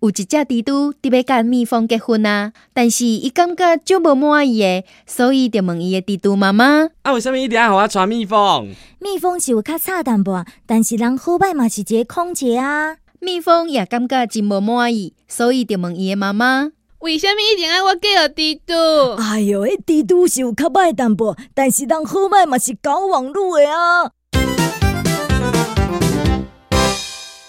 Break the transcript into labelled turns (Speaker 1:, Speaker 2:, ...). Speaker 1: 有一只蜘蛛伫要甲蜜蜂结婚啊，但是伊感觉足无满意的，所以就问伊的蜘蛛妈妈。
Speaker 2: 啊，为什么一定要互我娶蜜蜂？
Speaker 3: 蜜蜂是有较差淡薄，但是人好歹嘛是一个空姐啊。
Speaker 1: 蜜蜂也感觉真无满意，所以就问伊的妈妈。
Speaker 4: 为什么一定要我嫁予蜘蛛？
Speaker 3: 哎哟，迄蜘蛛是有较歹淡薄，但是人好歹嘛是搞网络的啊。